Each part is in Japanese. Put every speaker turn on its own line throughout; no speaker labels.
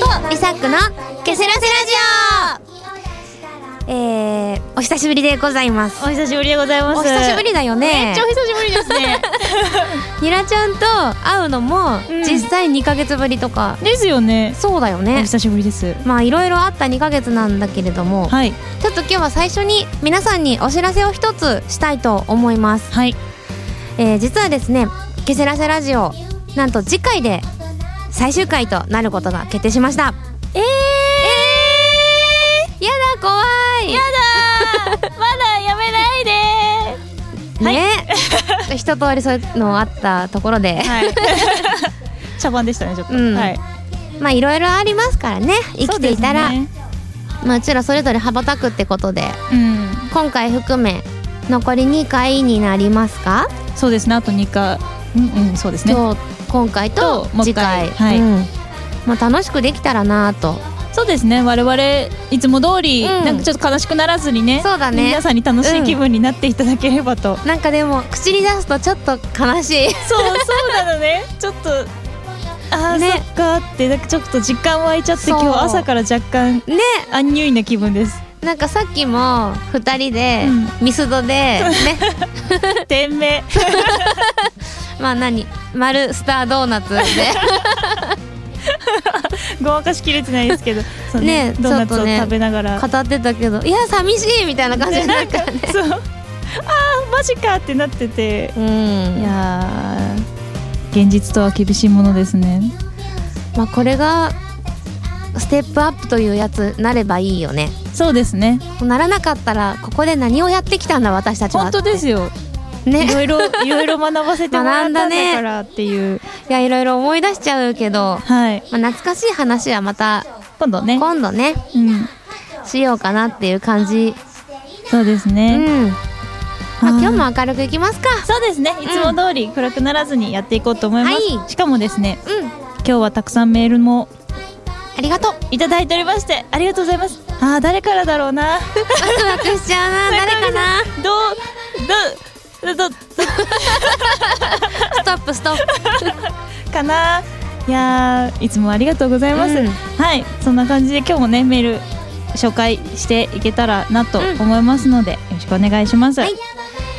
クのケセラセラジオえー、お久しぶりでございます
お久しぶりでございます
お久しぶりだよ
め
ね
っちゃお久しぶりですね
ニラちゃんと会うのも
うん
実際2ヶ月ぶりとか、
ですよね
そうだよ
お
ね
久しぶりです
まあいろいろあった2ヶ月なんだけれども
はい
ちょっと今日は最初に皆さんにお知らせを一つしたいと思います
はい
えー実はですね「ケセラセラジオ」なんと次回で最終回となることが決定しましたえー、えやだ怖い
やだーまだやめないで
ね、一通りそういうのあったところ で、
はい茶番でしたねちょっと、
うん
はい
まあいろいろありますからね生きていたらう,、
そうですね
まあ、うちらそれぞれ羽ばたくってことで
うん
今回含め残り2回になりますか、
そうですねあと2回うん、うん、そうですね
今日今回と
ともう
次
一
回
回はい
うんまあ、楽しくできたらなと
そうですね我々いつも通り、
うん
なんかちょっと悲しくならずにね
そうだね
皆さんに楽しい気分になっていただければと、
なんかでも口に出すとちょっと悲しい
そうそうなのねちょっとあー、
ね
そっかーってなんかちょっと時間湧いちゃって
そう
今日朝から若干
ね
アンニュイな気 分です
なんかさっきも2人で、
う
ミスド でね
天命
まあ何丸スタードーナツ で
ごまかしきれてないですけどそう
ね
ドーナ
ち
ツ
ょっと
を
ね
食べながら、
語ってたけどいや寂しいみたいな感じでなんか ね
そうあーマジかってなってて
う
い
ん
やー現実とは厳しいものですね
まあこれがステップアップというやつなればいいよね
そうですね
ならなかったらここで何をやってきたんだ私たちは
本当ですよい
ね
ろいろいろいろ学ばせてもらったんだからっ ていう、
いやいろいろ思い出しちゃうけど、
はい
まあ、懐かしい話はまた
今度ね
今度ね
うん
しようかなっていう感じ
そうです
う
ね、
ん、まあ、
はい
今日も明るくいきますか
そうですねいつも通り暗くならずにやっていこうと思います、
はい
しかもですね
うん
今日はたくさんメールも
ありがとう
いただいておりましてありがとうございますあー誰からだろうな
ワクワクしちゃうな 誰かな
どうどう どど
ストップストップ
かないやーいつもありがとうございます、
うん
はいそんな感じで今日もねメール紹介していけたらなと
うん
思いますので、よろしくお願いします、
はい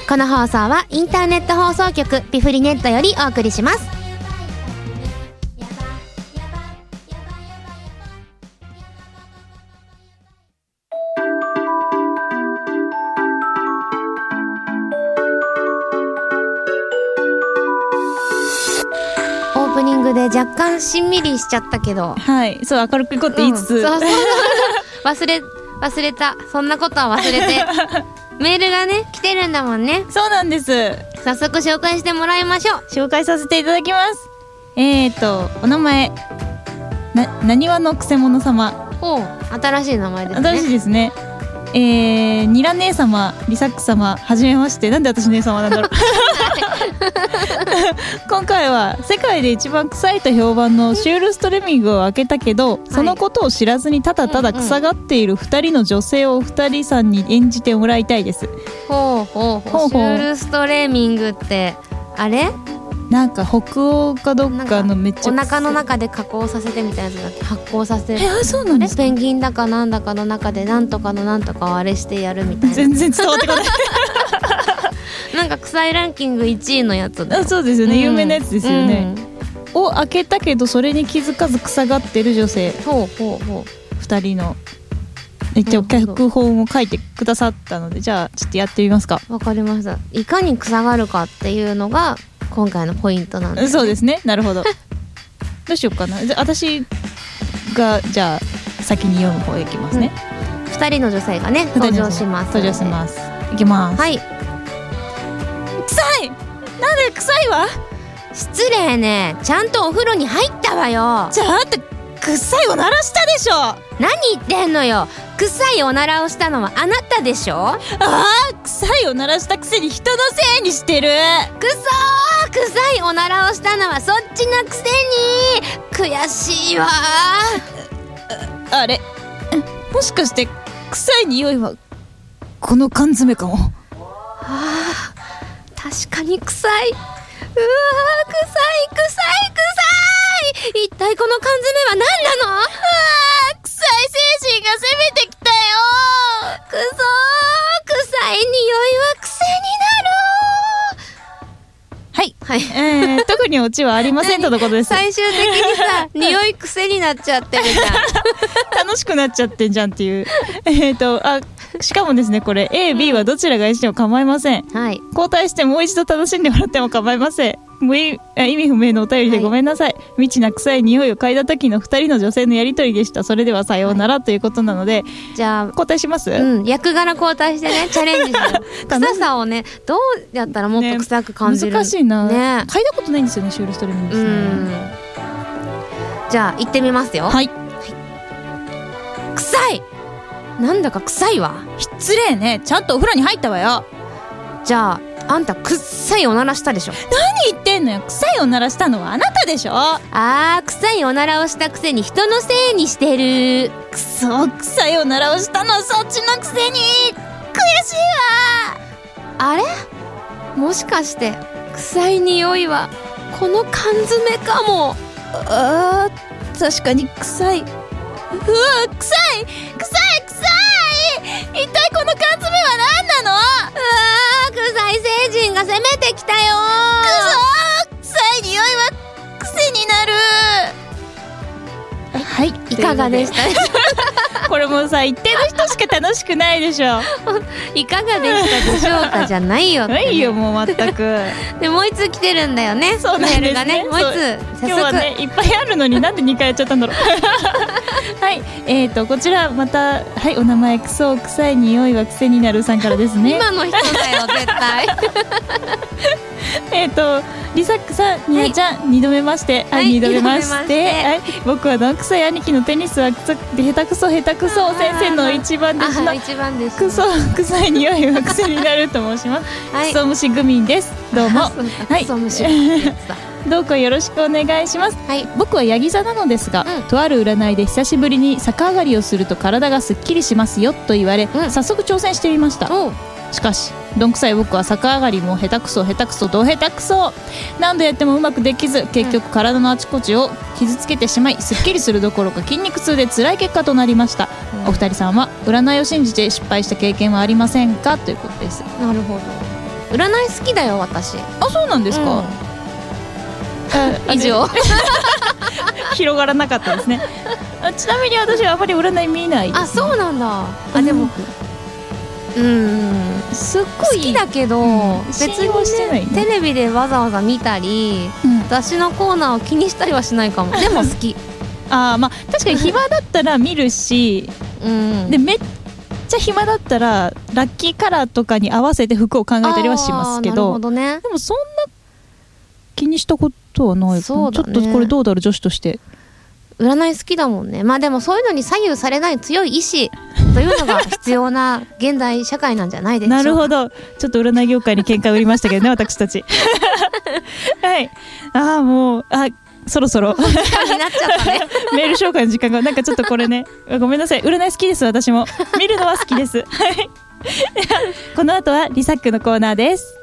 この放送はインターネット放送局ピフリネットよりお送りしますオープニングで若干しんみりしちゃったけど
はい、そう明るくいこうって言いつつ、
うんそうそう忘れ忘れたそんなことは忘れて メールがね来てるんだもんね
そうなんです
早速紹介してもらいましょう
紹介させていただきますえーとお名前ななにわのくせ者様
おう新しい名前ですね
新しいですねえー、ニラ姉様リサック様はじめましてなんで私姉様な んだろう今回は世界で一番臭いと評判のシュールストレミングを開けたけどそのことを知らずにただただ臭がっている2人の女性をお二人さんに演じてもらいたいです
ほうほうほう
ほうほう
シュールストレーミングってあれ
なんか北欧かどっかのめっちゃ
お腹の中で加工させてみたいなやつだっけ発酵させ
え
て
あそうなんですか
ペンギンだかなんだかの中でなんとかのなんとかをあれしてやるみたいな
全然伝わってこない
なんか臭いランキング1位のやつだ
あそうですよね、有名なやつですよね、、
うんうん
を開けたけどそれに気づかず臭がってる女性
ほうほうほう
2人のめっちゃ
なるほど
脚本を書いてくださったのでじゃあちょっとやってみますか
わかりましたいかに臭がるかっていうのが今回のポイントなんです
そうですねなるほど どうしようかなじゃあ私がじゃあ先に読む方へ行きますね、
二人の女性がね登場します
登場しますいきます、
はい
臭いなんで臭いわ
失礼ねちゃんとお風呂に入ったわよ
じゃああんた臭いを鳴らしたでしょあ
何言ってんのよ臭いおならをしたのはあなたでしょ
あ臭いを鳴らしたくせに人のせいにしてる
くそー臭いおならをしたのはそっちのくせに悔しいわ
あれもしかして臭い匂いはこの缶詰かも
確かに臭いうわー臭い臭い臭い臭い一体この缶詰は何なのうわー
ちはありませんとのことです
最終的に さ匂い癖になっちゃってるじゃん
楽しくなっちゃってんじゃんっていう えっとあしかもですねこれ AB はどちらがしても構いません
はい。
交代してもう一度楽しんでもらっても構いません無意あ意味不明のお便りでごめんなさい、未知な臭い匂いを嗅いだ時の二人の女性のやりとりでしたそれではさようなら、ということなので
じゃ
交代します、
あ、うん、役柄交代してね、チャレンジ して
頼む
臭さをね、どうやったらもっと臭く感じる、
難しいな、
ね
嗅いだことないんですよねシュールストレミング
う
スね
ん。じゃあ、行ってみますよ。
はい
臭いなんだか臭いわ。
失礼ねちゃんとお風呂に入ったわよ
じゃあ、あんた、臭いおならしたでしょ。
何言ってんのよ臭いおならしたのはあなたでしょ
あー、臭いおならをしたくせに人のせいにしてる。
くそ臭いおならをしたのはそっちのくせに悔しいわ
あれもしかして、臭い匂いは、この缶詰かも。
あー確かに臭いうわ臭い臭い臭い一体この缶詰は何なの
うわー、臭い星人が攻めてきたよ
くそ臭い匂いは癖になるはい
いかがでしたで し
これもさ一定の人しか楽しくないでし ょ
いかがでしたでしょうかじゃないよってね
ないよもう全く
でもう一通来てるんだよね
そうなんですね
メールがねもう一通
今日
早速
はねいっぱいあるのになんで2回やっちゃっ たんだろうはいえー、とこちらまたはいお名前クソ臭い匂いは癖になるさんからですね
今の人だよ絶 対
えっとリサックさん、ニアちゃん、二度目まして、
は
はいい、二度目まして、は
二
い、僕はどんくさい兄貴のテニスはくそ、下手くそ、下手く
あ
そ、
ー
先生の一番弟子
あ
の。
一番です
クソ、臭い匂いは癖になると申します。
はい
クソ虫グミンです。どう も
あ、そうだ
はい
クソ虫ってやつだ
どうかよろしくお願いします。
はい
僕 はヤギ座なのですが、
うん
とある占いで久しぶりに逆上がりをすると体がすっきりしますよと言われ、
うん
早速挑戦してみました
おう
しかしどんくさい僕は逆上がりも下手くそ下手くそど下手くそ何度やってもうまくできず結局体のあちこちを傷つけてしまいすっきりするどころか筋肉痛で辛い結果となりましたお二人さんは占いを信じて失敗した経験はありませんかということです
なるほど占い好きだよ私
あそうなんですか、 あ
以上
広がらなかったですねあちなみに私はあまり占い見ないです、ね、
あそうなんだあ
あ
で
で
も
も
うん
すっ
好
ごい
きだけど、
うん
別
信用して
に
ない
ね
ね
テレビでわざわざ見たり
うん
雑誌のコーナーを気にしたりはしないかもでも好き
あーまあ確かに暇だったら見るし
うん
でめっちゃ暇だったらラッキーカラーとかに合わせて服を考えたりはしますけ
あーなる
ど
ほどね
でもそんな気にしたことはないか
そ
な
う
ち
だ
ょ
ね
っとこれどうだろう女子として
占い好きだもんねまあでもそういうのに左右されない強い意志というのが必要な現代社会なんじゃないでしょうか
なるほどちょっと占い業界に喧嘩売りましたけどね私 たちはいああもうあそろそろ
になっちゃった ね
メール紹介の時間がなんかちょっとこ れねごめんなさい占い好きです私も見るのは好き ですはいではこの後はリサックのコーナーです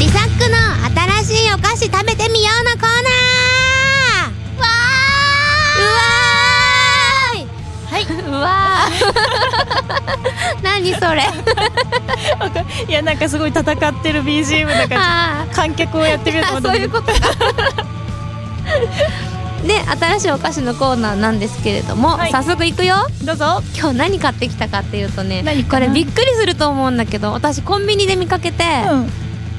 リサックの新しいお菓子食べてみようのコーナーわーうわーいはいうわー 何それ
わかいやなんかすごい戦ってる BGM だから
あ
観客をやってみようと
あ
思っ
そういう
て
ことかで新しいお菓子のコーナーなんですけれども、
はい
早速いくよ
どうぞ
今日何買ってきたかっていうとね
何
こ
かな
れびっくりすると思うんだけど私コンビニで見かけて、
う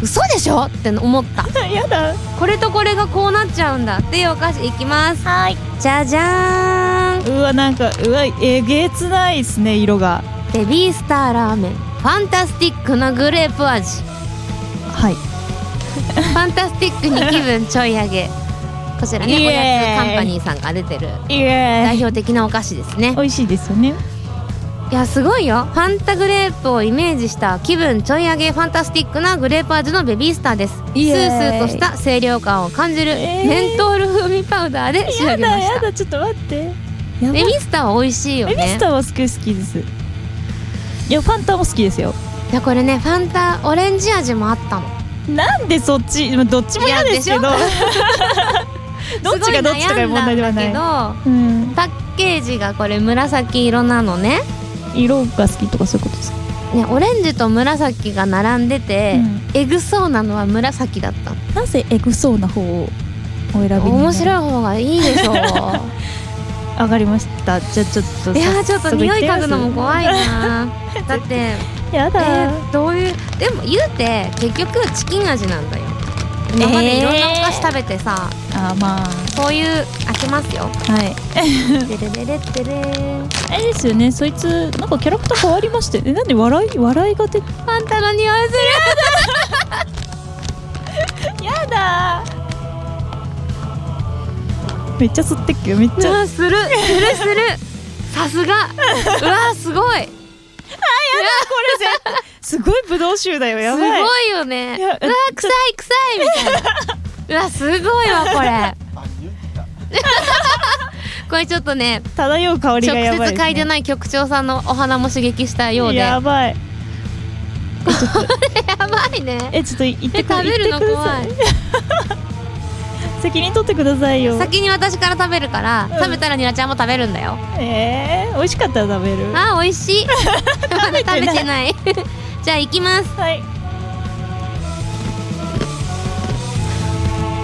嘘でしょって思った
んやだ
これとこれがこうなっちゃうんだっていうお菓子いきます
はい
じゃじゃーん
うわなんかうわえげつないですね色が
ベビースターラーメンファンタスティックのグレープ 味フ
はい
ァンタスティックに気分ちょい上げこちらね
イ
お
エーイ
やつカンパニーさんが出てる
イエ
代表的なお菓子ですね
ーイ美味しいですよね
いやすごいよファンタグレープをイメージした気分ちょい上げファンタスティックなグレープ味のベビースターですス
イエーイ
ースーとした清涼感を感じる
えー
メントール風味パウダーで仕上
や
げまし
だや
た
だちょっと待ってやば
ベビースターは美味しいよ
ベビー
ね
スターは好き好きですいやファンタも好きですよ
いやこれねファンタオレンジ味もあったの
なんでそっちまあどっちも嫌ですけど
いやで
どっちがどっちとかいう問題ではない
すごい悩んだんだ
うん
けどパッケージがこれ紫色なのね
色が好きとかそういうことですか
ねオレンジと紫が並んでて、えぐそうなのは紫だった
なぜエグそうな方をお選びに
面白
い
い方がいいでしょう
上がりましたじゃあちょっと
いやーちょっと匂い嗅ぐのも
い
怖いな ーだって
や
え
だー
ー、どういうでも言うて結局チキン味なんだよ今までいろんなお菓子食べてさ、
あーまあ
そういう開けます よ
はい
デレデレデレー
あれですよねそいつなんかキャラクター変わりましてえなんで笑い笑いが出て
あんたの匂 いす
やだめっちゃ吸ってっけどめっち
るう
ゃ
わするするするさす がうわすごい
すごいブドウ酒だよ
す
やばい
ごいよね
いうや
わ臭い臭いみたいなうわすごいわ これ これちょっとね
漂う香りがや
直
ばいですね、
接嗅いでない局長さんのお花も刺激したようで
や
や
ばい
ばいね
えちょっと行っ
え
てく
食べるの
行ってくだ
怖
さ
い
責任取ってくださいよ
先に私から食べるから
うん
食べたらニラちゃんも食べるんだよ
えー、美味しかったら食べる
あー美味し いまだ食べてないじゃあ行きます
はい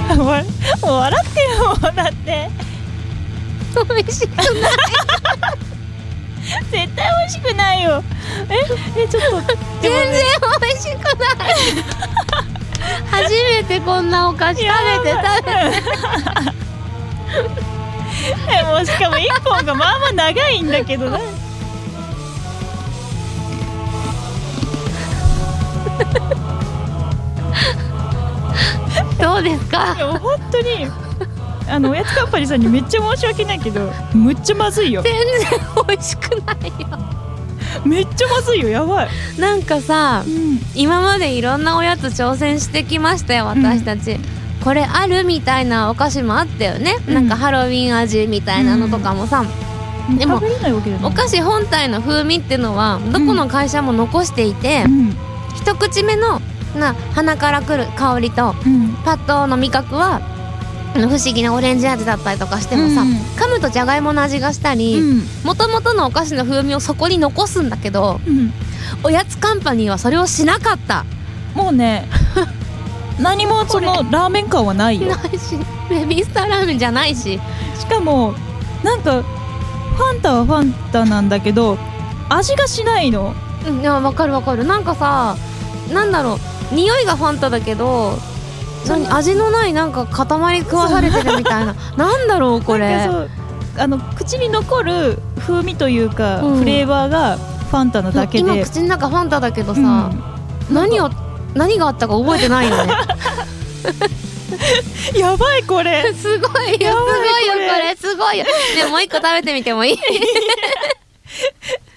あわもう笑ってよもうだって
美味しくない
絶対美味しくないよええちょっと でも
全然美味しくない初めてこんなお菓子食べて食べて
えもうしかも一本がまあまあ長いんだけどな
どうですか
いやもう本当にあのおやつカンパニーさんにめっちゃ申し訳ないけどむっちゃまずいよ
全然美味しくないよ
めっちゃまずいよやばい、
なんかさ今までいろんなおやつ挑戦してきましたよ私たち、これあるみたいなお菓子もあったよね、
うん
なんかハロウィン味みたいなのとかもさ、でも
食べれないわけじゃない
お菓子本体の風味っていうのはどこの会社も残していて、
うん
一口目のな鼻からくる香りと
うん
パッとの味覚はあの不思議なオレンジ味だったりとかしてもさ、
うん
噛むとじゃがいもの味がしたり
うん
もともとのお菓子の風味をそこに残すんだけど
うん
おやつカンパニーはそれをしなかった
もうね何もそのラーメン感はないよ
ないしベビースターラーメンじゃないし
しかもなんかファンタはファンタなんだけど味がしないの
うんいやわかるわかるなんかさなんだろう匂いがファンタだけど何味のないなんか塊食わされてるみたいななんだろうこ
なん
れ
かそうあの口に残る風味というか、
うん
フレーバーがファンタのだけで
今口の中ファンタだけど
うん
さ、何を何があったか覚えてない よね
やばい これ
すごいよすごいよ
やばい
こ
これ
れすごいよねもう一個食べてみてもいい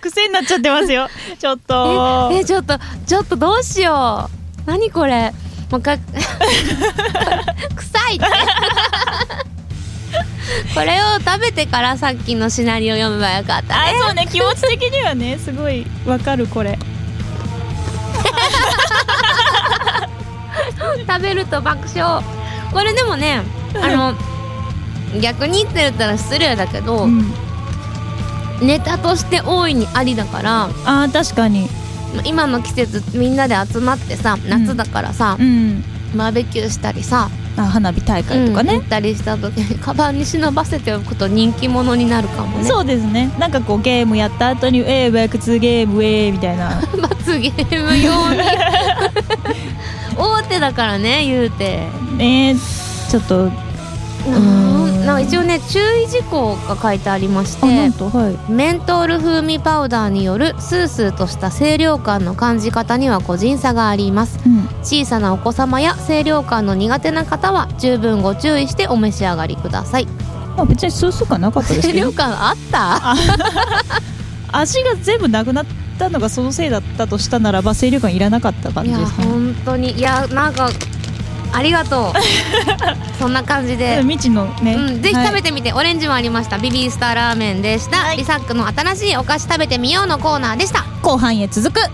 癖になっちゃってま すよちょっと
ええちょっとちょっとどうしよう何これもう 一回臭いって これを食べてからさっきのシナリオ読めばよかった
あそうね気持ち的にはねすごいわかるこれ
食べると爆笑これでもねあの逆に言って言ったら失礼だけど、
うん
ネタとして大いにありだから
あー確かに
今の季節みんなで集まってさ夏だからさ
う、ん
バーベキューしたりさ、
あ花火大会とか
うん
ね
行、ったりした時にカバンに忍ばせておくと人気者になるかもね
そうですねなんかこうゲームやった後に「えー、バイク2ゲームウェー」みた いな
罰ゲーム 用に大手だからね言うて
ねーちょっと
うんなんか一応ね注意事項が書いてありまし
あな
て
んとはい
メントール風味パウダーによるスースーとした清涼感の感じ方には個人差があります
うん
小さなお子様や清涼感の苦手な方は十分ご注意してお召し上がりください
まあ別に数数感なかったです
清
け
涼
ど
感あった
味が全部なくなったのがそのせいだったとしたならば清涼感いらなかった感
い
じ
や
ですね
本当にいやなんかありが とうそんな感じで、
未知のね、
うん、ぜひ
はい
食べてみて、オレンジもありましたビビースターラーメンでした、
はい
リサックの新しいお菓子食べてみようのコーナーでした
後半へ続く